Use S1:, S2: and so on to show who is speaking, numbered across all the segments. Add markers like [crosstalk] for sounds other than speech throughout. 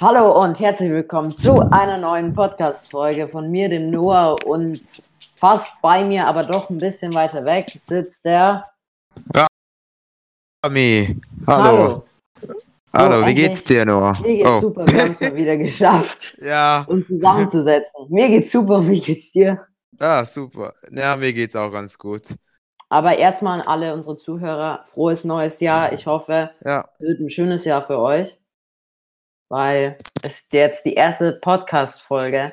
S1: Hallo und herzlich willkommen zu einer neuen Podcast-Folge von mir, dem Noah. Und fast bei mir, aber doch ein bisschen weiter weg, sitzt der.
S2: Ami. Hallo. Hallo, wie geht's dir, Noah?
S1: Mir geht's
S2: Oh.
S1: super, wir haben es mal wieder geschafft,
S2: Ja,
S1: uns zusammenzusetzen. Mir geht's super, wie geht's dir?
S2: ah, super. Ja, mir geht's auch ganz gut.
S1: Aber erstmal an alle unsere Zuhörer, frohes neues Jahr. Ich hoffe,
S2: Ja,
S1: es wird ein schönes Jahr für euch, weil es ist jetzt die erste Podcast-Folge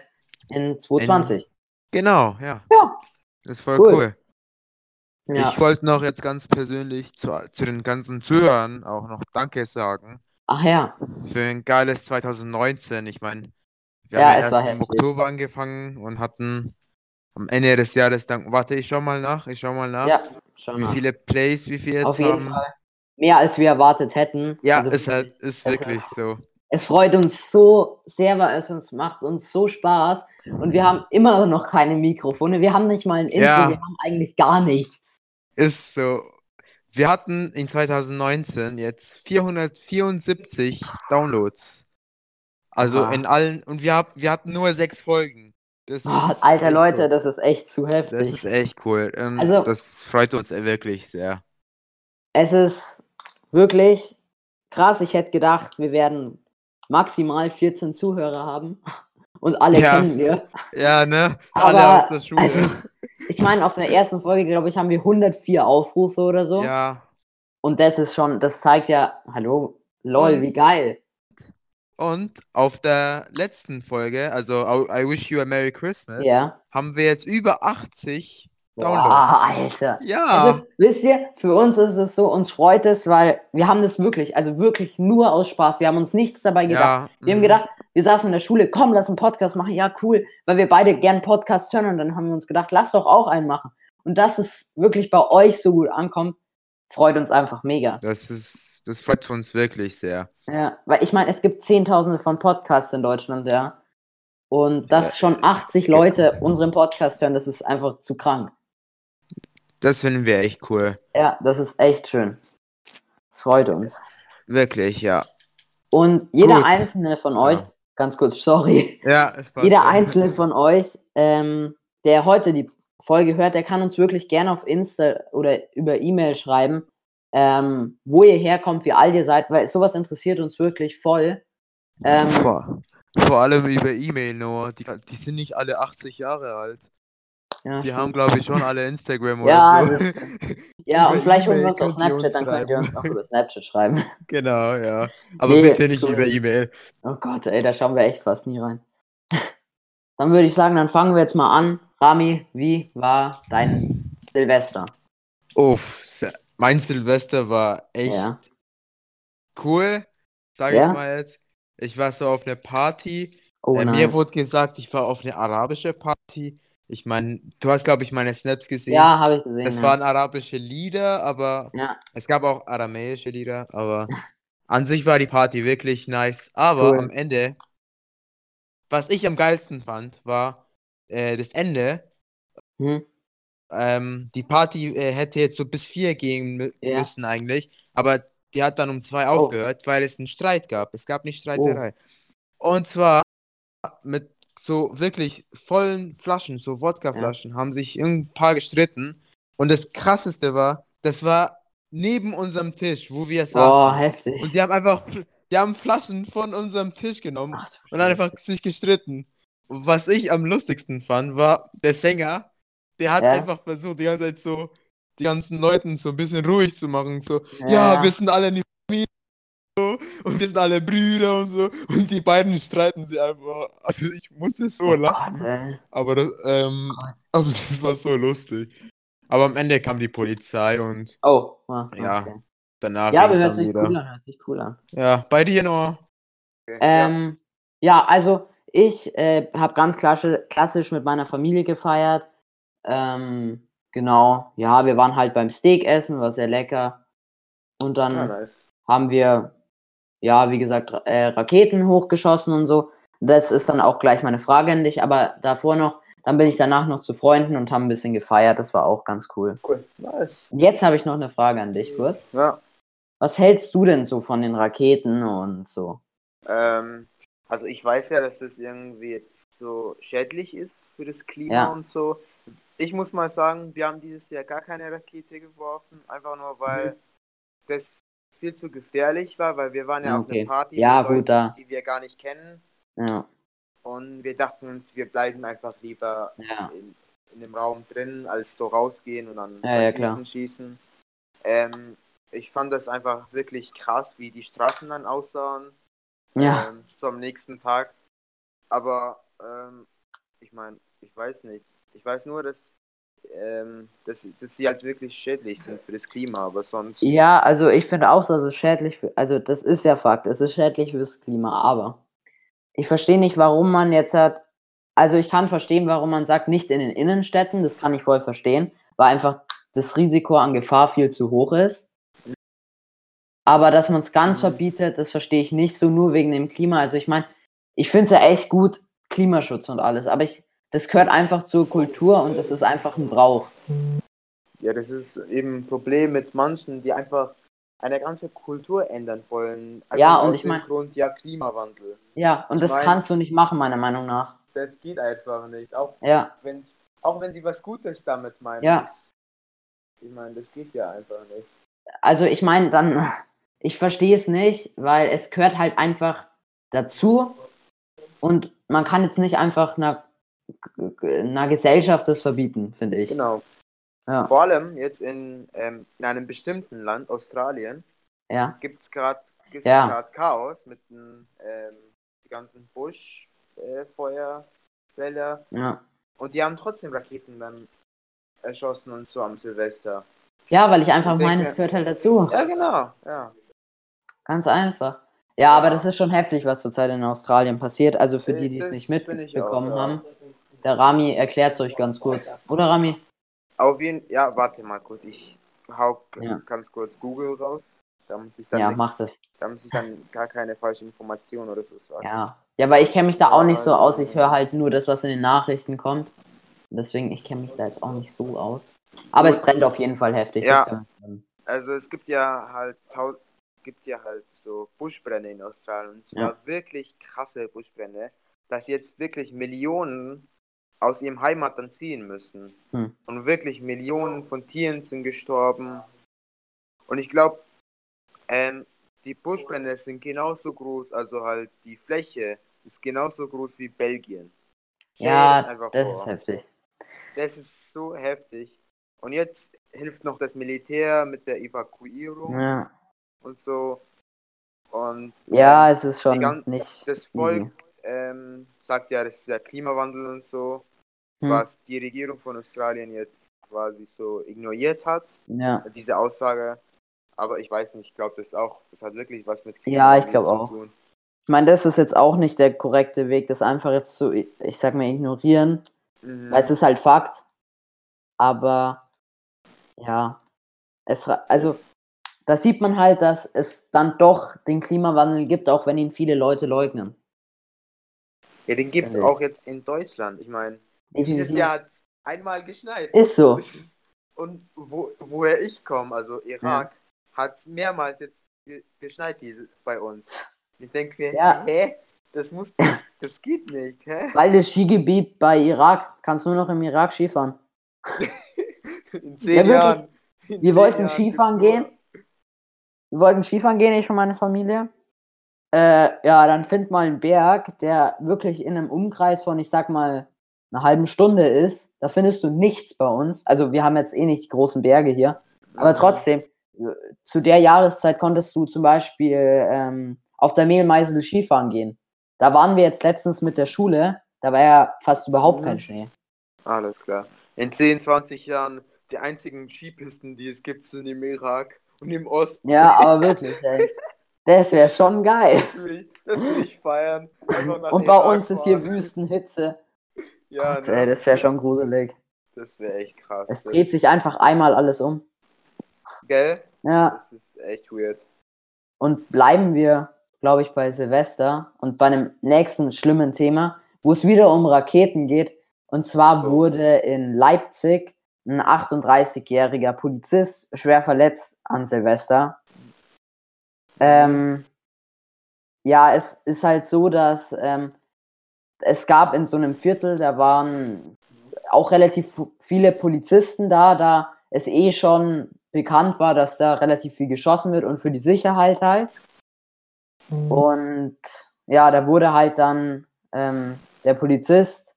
S1: in 2020.
S2: genau, ja.
S1: Ja.
S2: Das ist voll
S1: Cool.
S2: cool.
S1: ja.
S2: Ich wollte noch jetzt ganz persönlich zu, zu den ganzen Zuhörern auch noch Danke sagen
S1: Ach ja,
S2: für ein geiles 2019. Ich meine, wir
S1: Ja,
S2: haben
S1: es
S2: ja
S1: war
S2: erst im
S1: heftig.
S2: Oktober angefangen und hatten am Ende des Jahres Dank. Warte, ich schau mal nach, ich schau mal nach,
S1: ja, schon
S2: wie
S1: mal.
S2: viele Plays wie wir jetzt
S1: Auf jeden
S2: haben.
S1: Fall. Mehr als wir erwartet hätten.
S2: Ja,
S1: Also
S2: ist halt,
S1: wirklich,
S2: ist
S1: halt-
S2: wirklich so.
S1: Es freut uns so sehr, weil es uns macht uns so Spaß. Und wir haben immer noch keine Mikrofone. Wir haben nicht mal ein Intro,
S2: Ja.
S1: wir haben eigentlich gar nichts.
S2: Ist so. Wir hatten in 2019 jetzt 474 Downloads. Also
S1: Ah.
S2: in allen. Und wir, hab, wir hatten nur sechs Folgen. Das
S1: Oh,
S2: ist
S1: alter
S2: echt
S1: Leute,
S2: cool.
S1: das ist echt zu heftig.
S2: das ist echt cool. Ähm,
S1: Also-
S2: das freut uns wirklich sehr.
S1: es ist wirklich krass. Ich hätte gedacht, wir werden maximal 14 Zuhörer haben. Und alle
S2: Ja,
S1: kennen wir.
S2: Ja, ne?
S1: Aber,
S2: Alle aus der Schule.
S1: Also, ich meine, auf der ersten Folge, glaube ich, haben wir 104 Aufrufe oder so.
S2: Ja.
S1: Und das ist schon, das zeigt ja, hallo, lol,
S2: Und-
S1: wie geil.
S2: Und auf der letzten Folge, also I I Wish You a Merry Christmas,
S1: Ja.
S2: haben wir jetzt über 80
S1: Boah,
S2: Downloads.
S1: Alter.
S2: Ja.
S1: Also, wisst ihr, für uns ist es so, uns freut es, weil wir haben das wirklich, also wirklich nur aus Spaß. Wir haben uns nichts dabei gedacht.
S2: ja.
S1: Wir haben
S2: mhm.
S1: gedacht, wir saßen in der Schule, komm, lass einen Podcast machen. Ja, cool, weil wir beide gern Podcasts hören. Und dann haben wir uns gedacht, lass doch auch einen machen. Und dass es wirklich bei euch so gut ankommt, freut uns einfach mega.
S2: Das ist, das freut uns wirklich sehr.
S1: Ja, weil ich meine, es gibt Zehntausende von Podcasts in Deutschland, ja. Und dass schon 80 Leute unseren Podcast hören, das ist einfach zu krank.
S2: Das finden wir echt cool.
S1: Ja, das ist echt schön. Das freut uns.
S2: Wirklich, ja.
S1: Und jeder
S2: Gut.
S1: einzelne von euch,
S2: Ja.
S1: ganz kurz, sorry,
S2: Ja, es war
S1: jeder
S2: schon.
S1: einzelne von euch, ähm, der heute die Folge hört, der kann uns wirklich gerne auf Insta oder über E-Mail schreiben, ähm, wo ihr herkommt, wie alt ihr seid, weil sowas interessiert uns wirklich voll. Ähm,
S2: Vor, vor allem über E-Mail nur. Die, die sind nicht alle 80 Jahre alt.
S1: ja,
S2: Die haben, glaube ich, schon alle Instagram
S1: Ja, also
S2: oder so.
S1: Ja,
S2: Über
S1: und vielleicht holen wir
S2: E-Mail
S1: uns auf
S2: könnt ihr
S1: Snapchat,
S2: uns
S1: dann könnt ihr
S2: schreiben.
S1: uns auch über Snapchat schreiben.
S2: [laughs] [laughs] genau, ja. Aber
S1: Nee,
S2: bitte nicht
S1: sorry.
S2: über E-Mail.
S1: Oh Gott, ey, da schauen wir echt fast nie rein. [laughs] Dann würde ich sagen, dann fangen wir jetzt mal an. Rami, wie war dein Silvester?
S2: Uff, Se- mein Silvester war echt
S1: Ja.
S2: cool, sage
S1: Ja.
S2: ich mal jetzt. Ich war so auf einer Party.
S1: Oh
S2: äh,
S1: nein.
S2: mir wurde gesagt, ich war auf eine arabische Party. Ich meine, du hast, glaube ich, meine Snaps gesehen.
S1: ja, habe ich gesehen.
S2: Es
S1: ja.
S2: waren arabische Lieder, aber
S1: Genau. Ja.
S2: es gab auch aramäische Lieder, aber an sich war die Party wirklich nice. Aber
S1: Cool.
S2: am Ende, was ich am geilsten fand, war äh, das Ende.
S1: Hm?
S2: Ähm, die Party äh, hätte jetzt so bis vier gehen mü
S1: Ja.
S2: müssen eigentlich, aber die hat dann um zwei
S1: Oh.
S2: aufgehört, weil es einen Streit gab. Es gab eine Streiterei. Und zwar mit so wirklich vollen Flaschen, so Wodkaflaschen, haben sich irgendein Paar gestritten. Und das Krasseste war, das war neben unserem Tisch, wo wir
S1: Boah,
S2: saßen.
S1: heftig.
S2: und die haben einfach, Fl- die haben Flaschen von unserem Tisch genommen
S1: Ach, du
S2: und dann einfach sich gestritten. Und Was ich am lustigsten fand, war der Sänger, der hat
S1: Ja.
S2: einfach versucht, die ganze Zeit so die ganzen Leuten so ein bisschen ruhig zu machen. So,
S1: Scheiße.
S2: ja, wir sind alle eine Familie so, und wir sind alle Brüder und so. Und die beiden streiten sich einfach. Also ich musste so
S1: oh
S2: lachen.
S1: Gott, ey.
S2: Aber das, ähm,
S1: Gott.
S2: aber das war so lustig. Aber am Ende kam die Polizei und
S1: Oh, ah,
S2: Ja,
S1: okay.
S2: danach
S1: Ja, aber
S2: ging's
S1: hört
S2: dann
S1: sich
S2: wieder.
S1: cool an, hört sich cool an.
S2: Ja, bei dir noch.
S1: Ähm, ja. also ich äh, habe ganz klassisch, klassisch mit meiner Familie gefeiert. Ähm, genau, ja, wir waren halt beim Steak essen, war sehr lecker. Und
S2: Ah,
S1: dann haben wir, ja, wie gesagt, Ra- äh, Raketen hochgeschossen und so. Das ist dann auch gleich meine Frage an dich, aber davor noch, dann bin ich danach noch zu Freunden und haben ein bisschen gefeiert. Das war auch ganz cool.
S2: Cool, nice.
S1: Und Jetzt habe ich noch eine Frage an dich kurz.
S2: Ja,
S1: Was hältst du denn so von den Raketen und so?
S2: Ähm, Also ich weiß ja, dass das irgendwie so schädlich ist für das Klima
S1: Ja.
S2: und so. Ich muss mal sagen, wir haben dieses Jahr gar keine Rakete geworfen, einfach nur
S1: Mhm.
S2: weil das viel zu gefährlich war, weil wir waren ja
S1: Ja,
S2: auf
S1: okay.
S2: einer Party
S1: Ja,
S2: mit
S1: gut,
S2: Leuten,
S1: da.
S2: die wir gar nicht kennen
S1: Ja,
S2: und wir dachten uns, wir bleiben einfach lieber
S1: ja.
S2: in, in dem Raum drin, als so rausgehen und dann
S1: Ja, ja,
S2: Raketen
S1: klar.
S2: schießen. Ähm, ich fand das einfach wirklich krass, wie die Straßen dann aussahen
S1: Ja,
S2: ähm, zum nächsten Tag. Aber ähm, ich meine, ich weiß nicht. Ich weiß nur, dass, ähm, dass, dass sie halt wirklich schädlich sind für das Klima, aber sonst.
S1: ja also ich finde auch, dass es schädlich für, also das ist ja Fakt, es ist schädlich fürs Klima, aber ich verstehe nicht, warum man jetzt hat, also ich kann verstehen, warum man sagt, nicht in den Innenstädten, das kann ich voll verstehen, weil einfach das Risiko an Gefahr viel zu hoch ist. Aber dass man es ganz
S2: Mhm.
S1: verbietet, das verstehe ich nicht so nur wegen dem Klima. Also ich meine, ich finde es ja echt gut, Klimaschutz und alles, aber ich, das gehört einfach zur Kultur und das ist einfach ein Brauch.
S2: Ja, das ist eben ein Problem mit manchen, die einfach eine ganze Kultur ändern wollen. Einfach
S1: Ja,
S2: nur
S1: und
S2: aus
S1: ich
S2: dem
S1: mein-
S2: Grund, ja, Klimawandel.
S1: Ja, und
S2: Ich
S1: das
S2: mein-
S1: kannst du nicht machen, meiner Meinung nach.
S2: Das geht einfach nicht. Auch,
S1: Ja,
S2: wenn's, auch wenn sie was Gutes damit meinen.
S1: Ja.
S2: Das, ich meine, das geht ja einfach nicht.
S1: also ich meine, dann, ich verstehe es nicht, weil es gehört halt einfach dazu und man kann jetzt nicht einfach einer, einer Gesellschaft das verbieten, finde ich.
S2: Genau.
S1: Ja.
S2: Vor allem jetzt in, ähm, in einem bestimmten Land, Australien,
S1: Ja,
S2: gibt's grad, gibt's
S1: Ja.
S2: grad Chaos mit den ähm, die ganzen Buschfeuerwälder. Äh, Feuerwälder.
S1: ja.
S2: und die haben trotzdem Raketen dann erschossen und so am Silvester.
S1: Ja, weil ich einfach
S2: Ich denke-
S1: meine, es gehört halt dazu.
S2: Ja, genau. Ja.
S1: Ganz einfach. Ja, aber
S2: Ja.
S1: das ist schon heftig, was zurzeit in Australien passiert. Also für die, die es
S2: Das
S1: nicht
S2: bin ich
S1: mitbekommen
S2: auch, ja.
S1: haben. Der Rami erklärt es euch ganz kurz. Oder Rami?
S2: Auf jeden Ja, warte mal kurz. Ich hau
S1: Ja.
S2: ganz kurz Google raus, damit ich dann,
S1: Ja,
S2: nix-
S1: mach das.
S2: damit ich dann gar keine falsche Information oder so sage.
S1: Ja. Ja, weil ich kenne mich da auch nicht so aus. Ich höre halt nur das, was in den Nachrichten kommt. Deswegen, ich kenne mich da jetzt auch nicht so aus. Aber es brennt auf jeden Fall heftig.
S2: Ja.
S1: das kann man sagen.
S2: Also es gibt ja halt tau- gibt ja halt so Buschbrände in Australien und zwar wirklich krasse Buschbrände, dass jetzt wirklich Millionen aus ihrem Heimatland ziehen müssen.
S1: Hm.
S2: Und wirklich Millionen von Tieren sind gestorben. Und ich glaube, ähm, die Buschbrände sind genauso groß, also halt die Fläche ist genauso groß wie Belgien. Stell dir
S1: Ja, das
S2: vor.
S1: ist heftig.
S2: Das ist so heftig. Und jetzt hilft noch das Militär mit der Evakuierung
S1: Ja,
S2: und so. Und
S1: ja es ist schon
S2: gan-
S1: nicht.
S2: das
S1: easy.
S2: Volk ähm, sagt ja, das ist ja Klimawandel und so,
S1: Hm.
S2: was die Regierung von Australien jetzt quasi so ignoriert hat,
S1: Ja.
S2: diese Aussage. Aber ich weiß nicht, ich glaube, das auch, das hat wirklich was mit
S1: Ja, ich
S2: Klimawandel
S1: glaub
S2: zu
S1: auch.
S2: tun.
S1: Ich meine, das ist jetzt auch nicht der korrekte Weg, das einfach jetzt zu, ich sag mal, ignorieren.
S2: Mhm.
S1: Weil es ist halt Fakt. Aber ja, es ra- also da sieht man halt, dass es dann doch den Klimawandel gibt, auch wenn ihn viele Leute leugnen.
S2: ja, den gibt es
S1: Nee.
S2: auch jetzt in Deutschland. Ich meine, dieses
S1: also Definitiv.
S2: Jahr hat es einmal geschneit.
S1: ist so.
S2: Das ist, und wo, woher ich komme, also Irak, hat es mehrmals jetzt ge- geschneit diese, bei uns. Ich denke mir,
S1: Ja.
S2: hä? Das, muss, das, das geht nicht, hä?
S1: Weil das Skigebiet bei Irak kannst nur noch im Irak Skifahren.
S2: In
S1: Ja,
S2: zehn
S1: wirklich.
S2: Jahren.
S1: Wir
S2: in zehn
S1: wollten
S2: Jahren
S1: Skifahren
S2: geht's nur-
S1: gehen. Wir wollten Skifahren gehen, ich und meine Familie. Äh, ja, dann find mal einen Berg, der wirklich in einem Umkreis von, ich sag mal, einer halben Stunde ist. Da findest du nichts bei uns. Also wir haben jetzt eh nicht die großen Berge hier. Aber
S2: Mhm.
S1: trotzdem, äh, zu der Jahreszeit konntest du zum Beispiel ähm, auf der Mehlmeisel Skifahren gehen. Da waren wir jetzt letztens mit der Schule, da war ja fast überhaupt
S2: Mhm.
S1: kein Schnee.
S2: Alles klar. In 10, 20 Jahren, die einzigen Skipisten, die es gibt, sind im Irak und im Osten.
S1: Ja, aber wirklich, ey, das wäre schon geil.
S2: Das will ich, das will ich feiern. Einfach nach
S1: Und bei
S2: Irak
S1: uns ist hier
S2: fahren.
S1: Wüstenhitze.
S2: Ja,
S1: Gott,
S2: ne?
S1: ey, das wäre schon gruselig.
S2: Das wäre echt krass.
S1: Es
S2: Das-
S1: dreht sich einfach einmal alles um.
S2: Gell?
S1: Ja,
S2: Das ist echt weird.
S1: und bleiben wir, glaube ich, bei Silvester und bei einem nächsten schlimmen Thema, wo es wieder um Raketen geht. Und zwar
S2: Oh.
S1: wurde in Leipzig ein 38-jähriger Polizist schwer verletzt an Silvester. Ähm, ja, es ist halt so, dass ähm, es gab in so einem Viertel, da waren auch relativ viele Polizisten da, da es eh schon bekannt war, dass da relativ viel geschossen wird und für die Sicherheit halt.
S3: Mhm.
S1: Und ja, da wurde halt dann ähm, der Polizist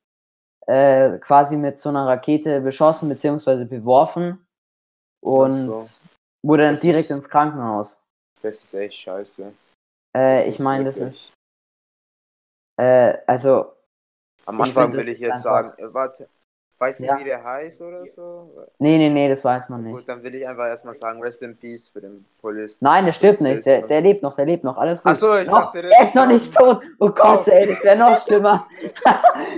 S1: äh, quasi mit so einer Rakete beschossen bzw. beworfen und
S2: so.
S1: wurde dann
S2: Das
S1: direkt
S2: ist-
S1: ins Krankenhaus.
S2: Das ist echt scheiße.
S1: Äh,
S2: Das
S1: ich
S2: ist
S1: meine, das
S2: wirklich-
S1: ist. Äh, also,
S2: Am
S1: Ich
S2: Anfang
S1: find, das
S2: will ich
S1: ist
S2: jetzt
S1: einfach-
S2: sagen, äh, warte, weißt du,
S1: Ja.
S2: wie der heißt oder so?
S1: nee, nee, nee, das weiß man nicht.
S2: Gut, dann will ich einfach erstmal sagen, Rest in Peace für den Polizisten.
S1: Nein, der stirbt nicht. Der,
S2: Polizisten.
S1: der lebt noch, der lebt noch. Alles gut.
S2: Ach so, ich
S1: noch,
S2: dachte, der
S1: er
S2: ist
S1: ist noch nicht tot. Oh Gott, ey, das wäre noch
S2: [laughs]
S1: schlimmer.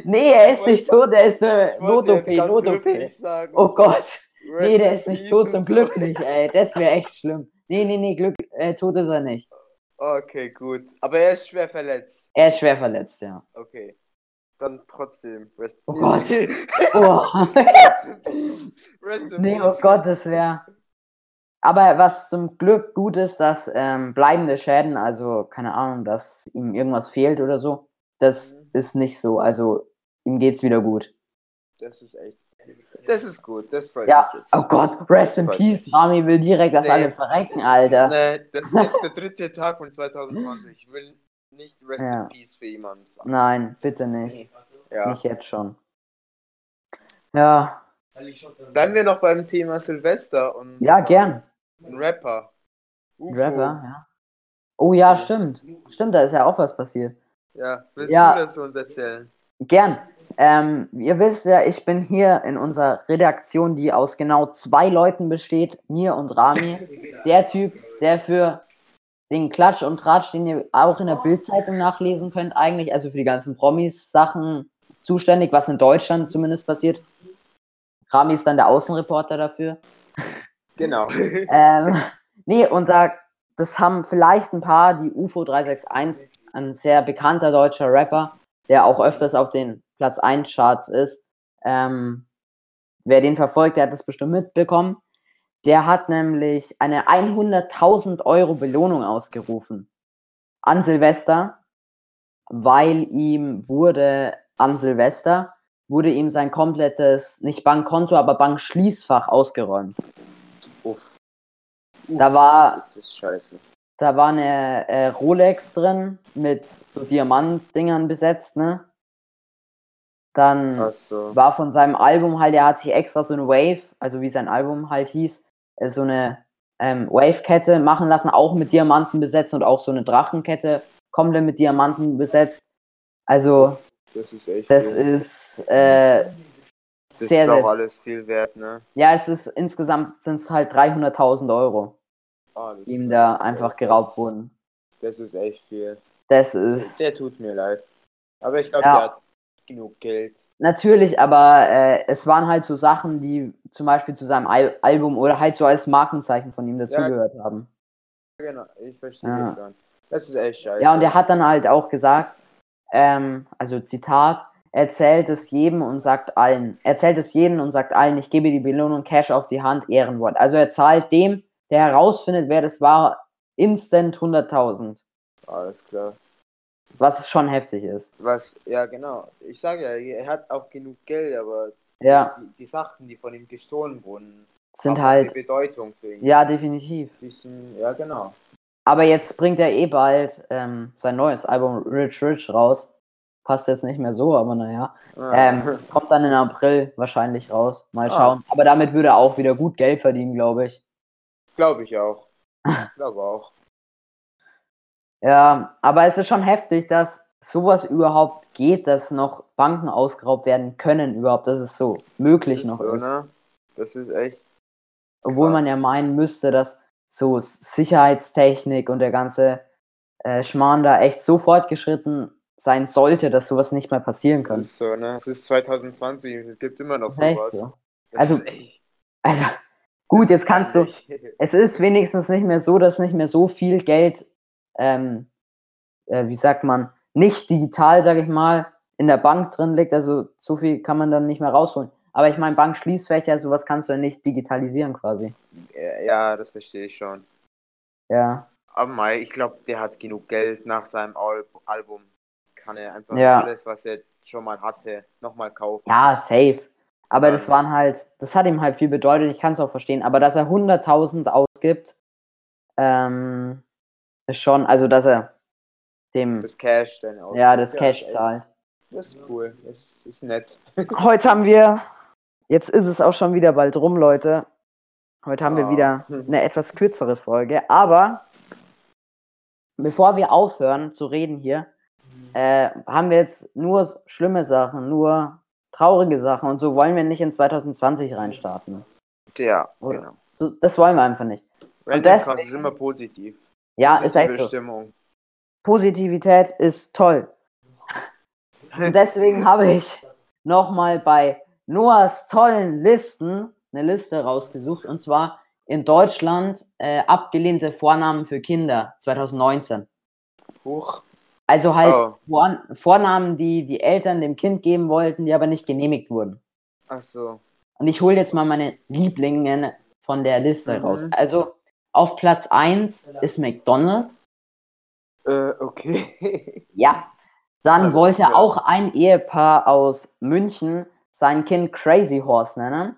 S1: nee, er ist nicht tot, er ist eine
S2: Ich wollte
S1: Not-OP,
S2: jetzt ganz
S1: Not-OP.
S2: höflich sagen.
S1: Oh Gott.
S2: Rest
S1: Nee, der
S2: in
S1: ist nicht
S2: Peace
S1: tot,
S2: und
S1: zum
S2: so.
S1: Glück nicht, ey. Das wäre echt schlimm. Nee, nee, nee, Glück, äh, tot ist er nicht.
S2: Okay, gut. Aber er ist schwer verletzt.
S1: Er ist schwer verletzt, ja.
S2: Okay. Dann trotzdem. Rest
S1: Oh Gott. [laughs]
S2: Rest [laughs]
S1: Oh,
S2: in Peace. Rest in
S1: nee,
S2: Peace.
S1: oh Gott, das wäre. Aber was zum Glück gut ist, dass ähm, bleibende Schäden, also keine Ahnung, dass ihm irgendwas fehlt oder so, das
S2: Mhm.
S1: ist nicht so. Also ihm geht's wieder gut.
S2: Das ist echt. Das ist gut. Das freut
S1: Ja,
S2: mich jetzt.
S1: oh Gott, rest in
S2: Voll.
S1: peace. Mami will direkt, dass
S2: Nee.
S1: alle verrecken, Alter.
S2: Nee, das ist jetzt der dritte Tag von 2020. Ich will nicht Rest
S1: Ja.
S2: in Peace für jemanden sagen.
S1: Nein, bitte nicht.
S2: Ja.
S1: Nicht jetzt schon. Ja,
S2: Bleiben wir noch beim Thema Silvester und
S1: ja, gern.
S2: und Rapper. Ufo.
S1: Rapper, ja. Oh ja, stimmt. Stimmt, da ist ja auch was passiert.
S2: Ja, willst
S1: Ja.
S2: du das uns erzählen?
S1: Gern. Ähm, ihr wisst ja, ich bin hier in unserer Redaktion, die aus genau zwei Leuten besteht, mir und Rami. Der Typ, der für den Klatsch und Tratsch, den ihr auch in der Bildzeitung nachlesen könnt, eigentlich, also für die ganzen Promis-Sachen zuständig, was in Deutschland zumindest passiert. Rami ist dann der Außenreporter dafür.
S2: Genau.
S1: Ähm, nee, und da, das haben vielleicht ein paar, die UFO 361, ein sehr bekannter deutscher Rapper, der auch öfters auf den Platz 1 Charts ist. Ähm, wer den verfolgt, der hat das bestimmt mitbekommen. Der hat nämlich eine 100.000 Euro Belohnung ausgerufen an Silvester, weil ihm wurde an Silvester wurde ihm sein komplettes, nicht Bankkonto, aber Bankschließfach ausgeräumt.
S2: Uff.
S1: Da war-
S2: [laughs] Das ist scheiße.
S1: Da war eine äh, Rolex drin mit so Diamantdingern besetzt, ne? Dann
S2: Achso.
S1: war von seinem Album halt, er hat sich extra so eine Wave, also wie sein Album halt hieß, äh, so eine ähm, Wave-Kette machen lassen, auch mit Diamanten besetzt und auch so eine Drachenkette komplett mit Diamanten besetzt. Also,
S2: Das ist echt.
S1: das
S2: viel.
S1: ist äh,
S2: das ist
S1: sehr,
S2: auch
S1: sehr.
S2: alles viel wert, ne?
S1: Ja, es ist insgesamt sind es halt 300.000 Euro,
S2: Ah, das
S1: die
S2: ist
S1: ihm da
S2: echt-
S1: einfach
S2: das
S1: geraubt
S2: ist-
S1: wurden.
S2: Das ist echt viel.
S1: Das ist.
S2: Der tut mir leid. Aber ich glaube,
S1: Ja.
S2: der hat genug Geld.
S1: Natürlich, aber äh, es waren halt so Sachen, die zum Beispiel zu seinem Al Album oder halt so als Markenzeichen von ihm dazugehört haben.
S2: Genau, ich verstehe
S1: Ja.
S2: dich schon. Das ist echt scheiße.
S1: Ja, und er hat dann halt auch gesagt, ähm, also Zitat, erzählt es jedem und sagt allen, erzählt es jedem und sagt allen, ich gebe die Belohnung Cash auf die Hand, Ehrenwort. Also er zahlt dem, der herausfindet, wer das war, instant 100.000,
S2: Alles klar.
S1: was schon heftig ist.
S2: Was, ja genau. Ich sage ja, er hat auch genug Geld, aber
S1: Ja,
S2: die, die Sachen, die von ihm gestohlen wurden,
S1: sind
S2: haben auch
S1: halt,
S2: eine Bedeutung für ihn.
S1: ja, definitiv.
S2: Die sind, ja genau.
S1: Aber jetzt bringt er eh bald ähm, sein neues Album Rich Rich raus. Passt jetzt nicht mehr so, aber naja. Ähm, kommt dann in April wahrscheinlich raus. Mal
S2: Ah.
S1: schauen. Aber damit würde er auch wieder gut Geld verdienen, glaube ich.
S2: Glaube ich
S1: [laughs]
S2: auch. Glaube auch.
S1: Ja, aber es ist schon heftig, dass sowas überhaupt geht, dass noch Banken ausgeraubt werden können überhaupt, dass es so möglich
S2: Ist
S1: noch
S2: so,
S1: ist.
S2: ne? Das ist echt.
S1: Obwohl man ja
S2: Krass.
S1: meinen müsste, dass so Sicherheitstechnik und der ganze äh, Schmarrn da echt so fortgeschritten sein sollte, dass sowas nicht mehr passieren kann.
S2: Ist so, ne? Es ist 2020, es gibt immer noch
S1: Das ist echt
S2: sowas.
S1: so.
S2: Das
S1: Also,
S2: ist echt-
S1: Also, gut,
S2: das
S1: jetzt
S2: ist
S1: kannst du.
S2: [laughs] peinlich.
S1: Es ist wenigstens nicht mehr so, dass nicht mehr so viel Geld, ähm, äh, wie sagt man, nicht digital, sage ich mal, in der Bank drin liegt. Also, so viel kann man dann nicht mehr rausholen. Aber ich meine, Bankschließfächer, sowas kannst du ja nicht digitalisieren quasi.
S2: Ja, das verstehe ich schon.
S1: Ja.
S2: Aber Mai, ich glaube, der hat genug Geld nach seinem Al Album. Kann er einfach
S1: Ja.
S2: alles, was er schon mal hatte, nochmal kaufen.
S1: Ja, safe. Aber das
S2: Also-
S1: waren halt, das hat ihm halt viel bedeutet, ich kann es auch verstehen. Aber dass er 100.000 ausgibt, ähm, ist schon, also dass er dem,
S2: Das Cash dann auch.
S1: ja, das Cash
S2: ey,
S1: zahlt.
S2: Das ist cool. Das ist nett.
S1: Heute haben wir, jetzt ist es auch schon wieder bald rum, Leute. Heute haben wir
S2: Ah.
S1: wieder eine etwas kürzere Folge. Aber bevor wir aufhören zu reden hier, äh, haben wir jetzt nur schlimme Sachen, nur traurige Sachen. Und so wollen wir nicht in 2020 reinstarten.
S2: Ja,
S1: Oder-
S2: genau.
S1: So, das wollen wir einfach nicht.
S2: Random
S1: deswegen-
S2: Cast ist immer positiv.
S1: Ja, Ah, ist echt
S2: Positive
S1: so.
S2: Stimmung.
S1: Positivität ist toll. Und deswegen habe ich nochmal bei Noahs tollen Listen eine Liste rausgesucht und zwar in Deutschland äh, abgelehnte Vornamen für Kinder 2019.
S2: Huch.
S1: Also halt
S2: Oh.
S1: Vor Vornamen, die die Eltern dem Kind geben wollten, die aber nicht genehmigt wurden.
S2: Ach so.
S1: Und ich hole jetzt mal meine Lieblinge von der Liste
S2: Mhm.
S1: raus. Also auf Platz 1 ist McDonald's.
S2: Äh, okay. [laughs]
S1: Ja. Dann
S2: Also,
S1: wollte
S2: ja.
S1: auch ein Ehepaar aus München sein Kind Crazy Horse nennen.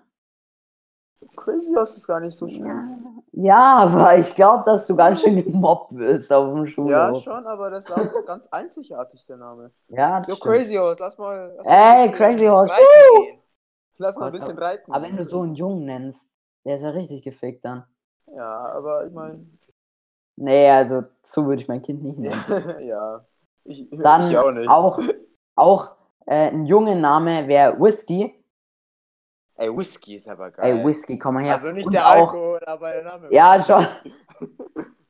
S2: Crazy Horse ist gar nicht so schlimm.
S1: Ja, aber ich glaube, dass du ganz schön gemobbt wirst auf dem
S2: Ja,
S1: Schulhof.
S2: schon, aber das ist auch [laughs] ganz einzigartig, der Name.
S1: Ja,
S2: Jo,
S1: das stimmt.
S2: Crazy Horse, lass mal. Lass
S1: Ey,
S2: mal ein bisschen
S1: Crazy Horse,
S2: reiten gehen. Lass mal ein
S1: Aber-
S2: bisschen reiten.
S1: Aber
S2: gehen,
S1: wenn du so
S2: Crazy.
S1: einen Jungen nennst, der ist ja richtig gefickt dann.
S2: Ja, aber ich meine.
S1: Nee, also so würde ich mein Kind nicht nennen.
S2: [laughs] ja. Ich,
S1: Dann
S2: ich auch nicht.
S1: auch, auch äh, ein junger Name wäre Whisky.
S2: Ey, Whisky ist aber geil.
S1: Ey, Whisky, komm mal her.
S2: Also nicht
S1: Und
S2: der
S1: auch,
S2: Alkohol, aber der Name.
S1: Ja, schon.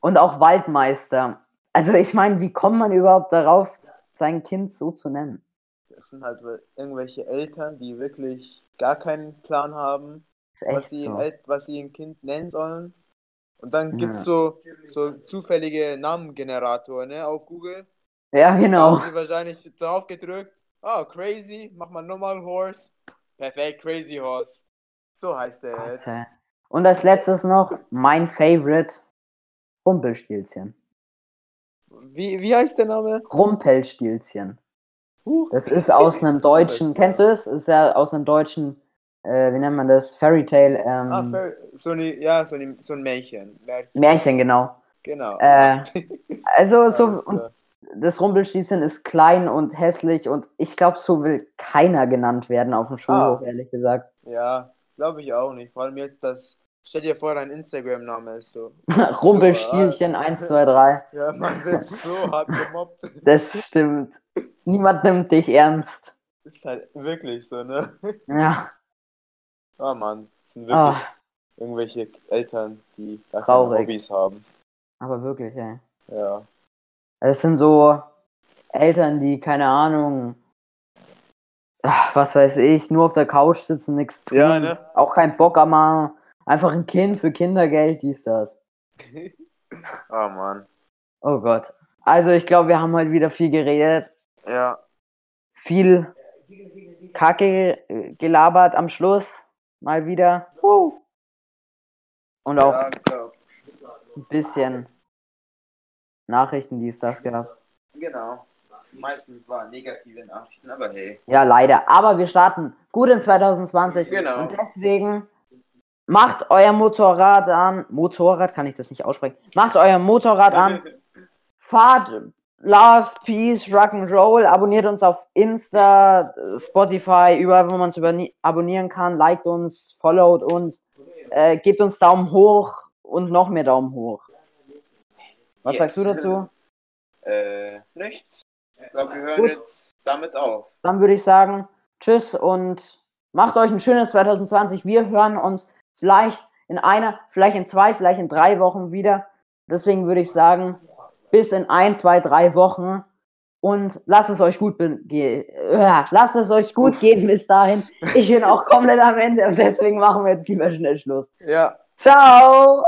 S1: Und auch Waldmeister. Also ich meine, wie kommt man überhaupt darauf, sein Kind so zu nennen?
S2: Das sind halt irgendwelche Eltern, die wirklich gar keinen Plan haben,
S1: Ist echt
S2: was sie,
S1: so.
S2: El- was sie ein Kind nennen sollen. Und dann gibt
S1: Ja.
S2: es so, so zufällige Namengeneratoren ne, auf Google.
S1: Ja,
S2: Da
S1: genau.
S2: haben sie wahrscheinlich drauf gedrückt. Ah, Crazy, mach mal nochmal Horse. Perfekt, Crazy Horse. So heißt er jetzt.
S1: Alter. Und als letztes noch mein Favorite Rumpelstilzchen.
S2: Wie, wie heißt der Name?
S1: Rumpelstilzchen.
S2: Huch.
S1: Das ist aus
S2: [laughs]
S1: einem deutschen, kennst du es? Ist ja aus einem deutschen, äh, wie nennt man das? Fairy Tale ähm,
S2: Ah, fair. So, eine, ja, so, eine, so ein Märchen. Märchen.
S1: Märchen, genau.
S2: Genau. [laughs]
S1: Äh, also so
S2: Alles
S1: und
S2: klar.
S1: das Rumpelstilzchen ist klein und hässlich und ich glaube, so will keiner genannt werden auf dem
S2: Ah.
S1: Schulhof, ehrlich gesagt.
S2: ja, glaube ich auch nicht. Vor allem jetzt das. Stell dir vor, dein Instagram-Name ist so.
S1: [laughs]
S2: ah,
S1: Rumpelstilchen 1, 2, 3.
S2: Ja, man wird so hart gemobbt.
S1: Das stimmt. Niemand nimmt dich ernst.
S2: Ist halt wirklich so, ne? [laughs]
S1: Ja,
S2: Oh Mann, das sind wirklich
S1: ah,
S2: irgendwelche Eltern, die gar keine
S1: Traurig.
S2: Hobbys haben.
S1: aber wirklich, ey.
S2: Ja.
S1: Das sind so Eltern, die, keine Ahnung, ach, was weiß ich, nur auf der Couch sitzen, nichts tun.
S2: Ja, ne?
S1: Auch keinen Bock am Arm. Einfach ein Kind für Kindergeld, dies, das.
S2: Oh Mann.
S1: Oh Gott. Also, ich glaube, wir haben heute wieder viel geredet,
S2: Ja,
S1: viel Kacke äh, gelabert am Schluss. Mal wieder. Huh. Und auch
S2: ja glaub,
S1: ein bisschen Nachrichten, dies, das gehabt.
S2: genau. Meistens waren negative Nachrichten, aber hey.
S1: Ja, leider. Aber wir starten gut in 2020.
S2: Genau.
S1: Und deswegen macht euer Motorrad an. Motorrad kann ich das nicht aussprechen. Macht euer Motorrad an. Fahrt Love, Peace, Rock'n'Roll. Abonniert uns auf Insta, Spotify, überall, wo man es abonnieren kann. Liked uns, followt uns. Äh, gebt uns Daumen hoch und noch mehr Daumen hoch. Was
S2: Yes.
S1: sagst du dazu?
S2: Äh, nichts. Ich glaube, wir hören
S1: Gut.
S2: jetzt damit auf.
S1: dann würde ich sagen, tschüss und macht euch ein schönes 2020. Wir hören uns vielleicht in einer, vielleicht in zwei, vielleicht in drei Wochen wieder. Deswegen würde ich sagen, bis in ein, zwei, drei Wochen. Und lasst es euch gut be- ge- äh, lasst es euch gut gehen bis dahin. Ich bin auch komplett am Ende und deswegen machen wir jetzt lieber schnell Schluss.
S2: Ja.
S1: Ciao!